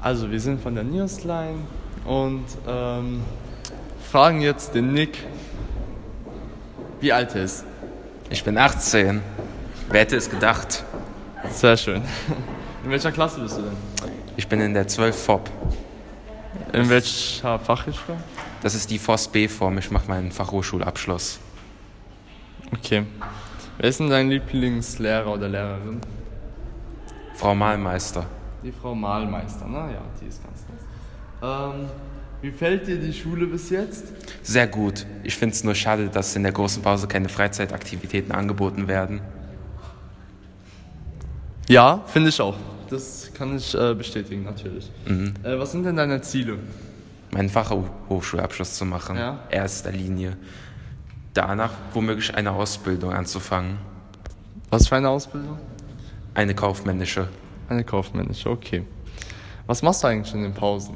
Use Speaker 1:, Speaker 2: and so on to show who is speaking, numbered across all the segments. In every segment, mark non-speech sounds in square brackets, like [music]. Speaker 1: Also wir sind von der Newsline und ähm, fragen jetzt den Nick, wie alt er ist.
Speaker 2: Ich bin 18. Wer hätte es gedacht?
Speaker 1: Sehr schön. [laughs] In welcher Klasse bist du denn?
Speaker 2: Ich bin in der 12 FOB.
Speaker 1: In welcher Fachrichtung?
Speaker 2: Das ist die FOS B-Form. Ich mache meinen Fachhochschulabschluss.
Speaker 1: Okay. Wer ist denn dein Lieblingslehrer oder Lehrerin?
Speaker 2: Frau Malmeister.
Speaker 1: Die Frau Malmeister, ne? Ja, die ist ganz nett. Ähm, wie fällt dir die Schule bis jetzt?
Speaker 2: Sehr gut. Ich finde es nur schade, dass in der großen Pause keine Freizeitaktivitäten angeboten werden.
Speaker 1: Ja, finde ich auch. Das kann ich äh, bestätigen, natürlich. Äh, was sind denn deine Ziele?
Speaker 2: Meinen Fachhochschulabschluss zu machen.
Speaker 1: Ja.
Speaker 2: Erster Linie. Danach womöglich eine Ausbildung anzufangen.
Speaker 1: Was für eine Ausbildung?
Speaker 2: Eine kaufmännische.
Speaker 1: Eine kaufmännische, okay. Was machst du eigentlich in den Pausen?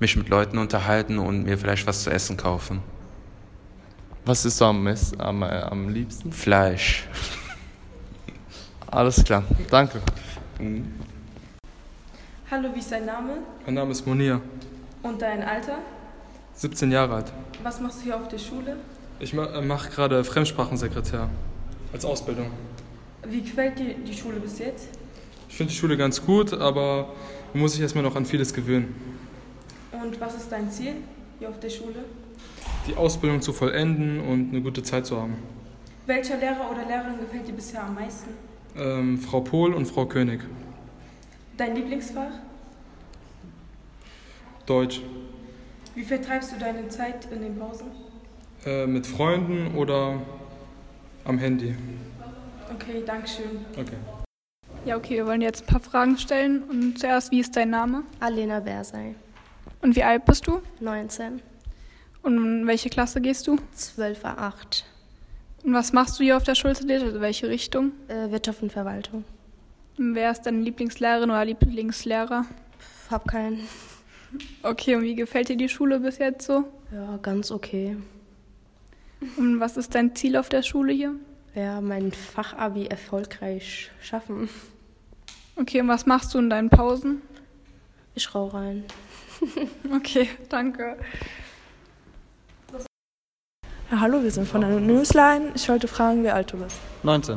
Speaker 2: Mich mit Leuten unterhalten und mir vielleicht was zu essen kaufen.
Speaker 1: Was ist so am, mess- am, äh, am liebsten?
Speaker 2: Fleisch.
Speaker 1: Alles klar, danke.
Speaker 3: Hallo, wie ist dein Name
Speaker 4: Mein Name ist Monia,
Speaker 3: und dein Alter?
Speaker 4: 17 Jahre alt.
Speaker 3: Was machst du hier auf der Schule?
Speaker 4: Ich mache mach gerade Fremdsprachensekretär als Ausbildung.
Speaker 3: Wie gefällt dir die Schule bis jetzt?
Speaker 4: Ich finde die Schule ganz gut, aber man muss sich erstmal noch an vieles gewöhnen.
Speaker 3: Und was ist dein Ziel hier auf der Schule?
Speaker 4: Die Ausbildung zu vollenden und eine gute Zeit zu haben.
Speaker 3: Welcher Lehrer oder Lehrerin gefällt dir bisher am meisten?
Speaker 4: Ähm, Frau Pohl und Frau König.
Speaker 3: Dein Lieblingsfach?
Speaker 4: Deutsch.
Speaker 3: Wie vertreibst du deine Zeit in den Pausen?
Speaker 4: Äh, mit Freunden oder am Handy.
Speaker 3: Okay, Dankeschön.
Speaker 4: Okay.
Speaker 5: Ja, okay, wir wollen jetzt ein paar Fragen stellen. Und zuerst, wie ist dein Name?
Speaker 6: Alena Bersei,
Speaker 5: Und wie alt bist du?
Speaker 6: 19,
Speaker 5: Und in welche Klasse gehst du?
Speaker 6: 12er 8,
Speaker 5: Und was machst du hier auf der Schule zu dir? Also welche Richtung?
Speaker 6: äh, Wirtschaft und Verwaltung.
Speaker 5: Und wer ist deine Lieblingslehrerin oder Lieblingslehrer?
Speaker 6: Pff, Hab keinen.
Speaker 5: Okay, und wie gefällt dir die Schule bis jetzt so?
Speaker 6: Ja, ganz okay.
Speaker 5: Und was ist dein Ziel auf der Schule hier?
Speaker 6: Ja, mein Fachabi erfolgreich schaffen.
Speaker 5: Okay, und was machst du in deinen Pausen?
Speaker 6: Ich rau rein.
Speaker 5: Okay, [laughs] danke.
Speaker 7: Ja, hallo, wir sind von der Newsline. Ich wollte fragen, wie alt du bist.
Speaker 8: 19.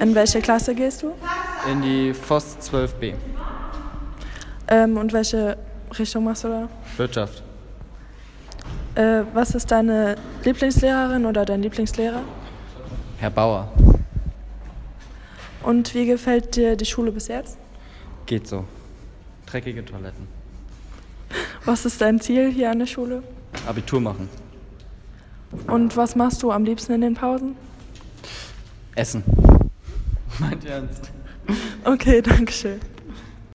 Speaker 7: In welche Klasse gehst du?
Speaker 8: In die FOS 12b.
Speaker 7: Ähm, und welche Richtung machst du da?
Speaker 8: Wirtschaft.
Speaker 7: Äh, was ist deine Lieblingslehrerin oder dein Lieblingslehrer?
Speaker 8: Herr Bauer.
Speaker 7: Und wie gefällt dir die Schule bis jetzt?
Speaker 8: Geht so. Dreckige Toiletten.
Speaker 7: Was ist dein Ziel hier an der Schule?
Speaker 8: Abitur machen.
Speaker 7: Und was machst du am liebsten in den Pausen?
Speaker 8: Essen. Meint ernst?
Speaker 7: Okay, [laughs] danke schön.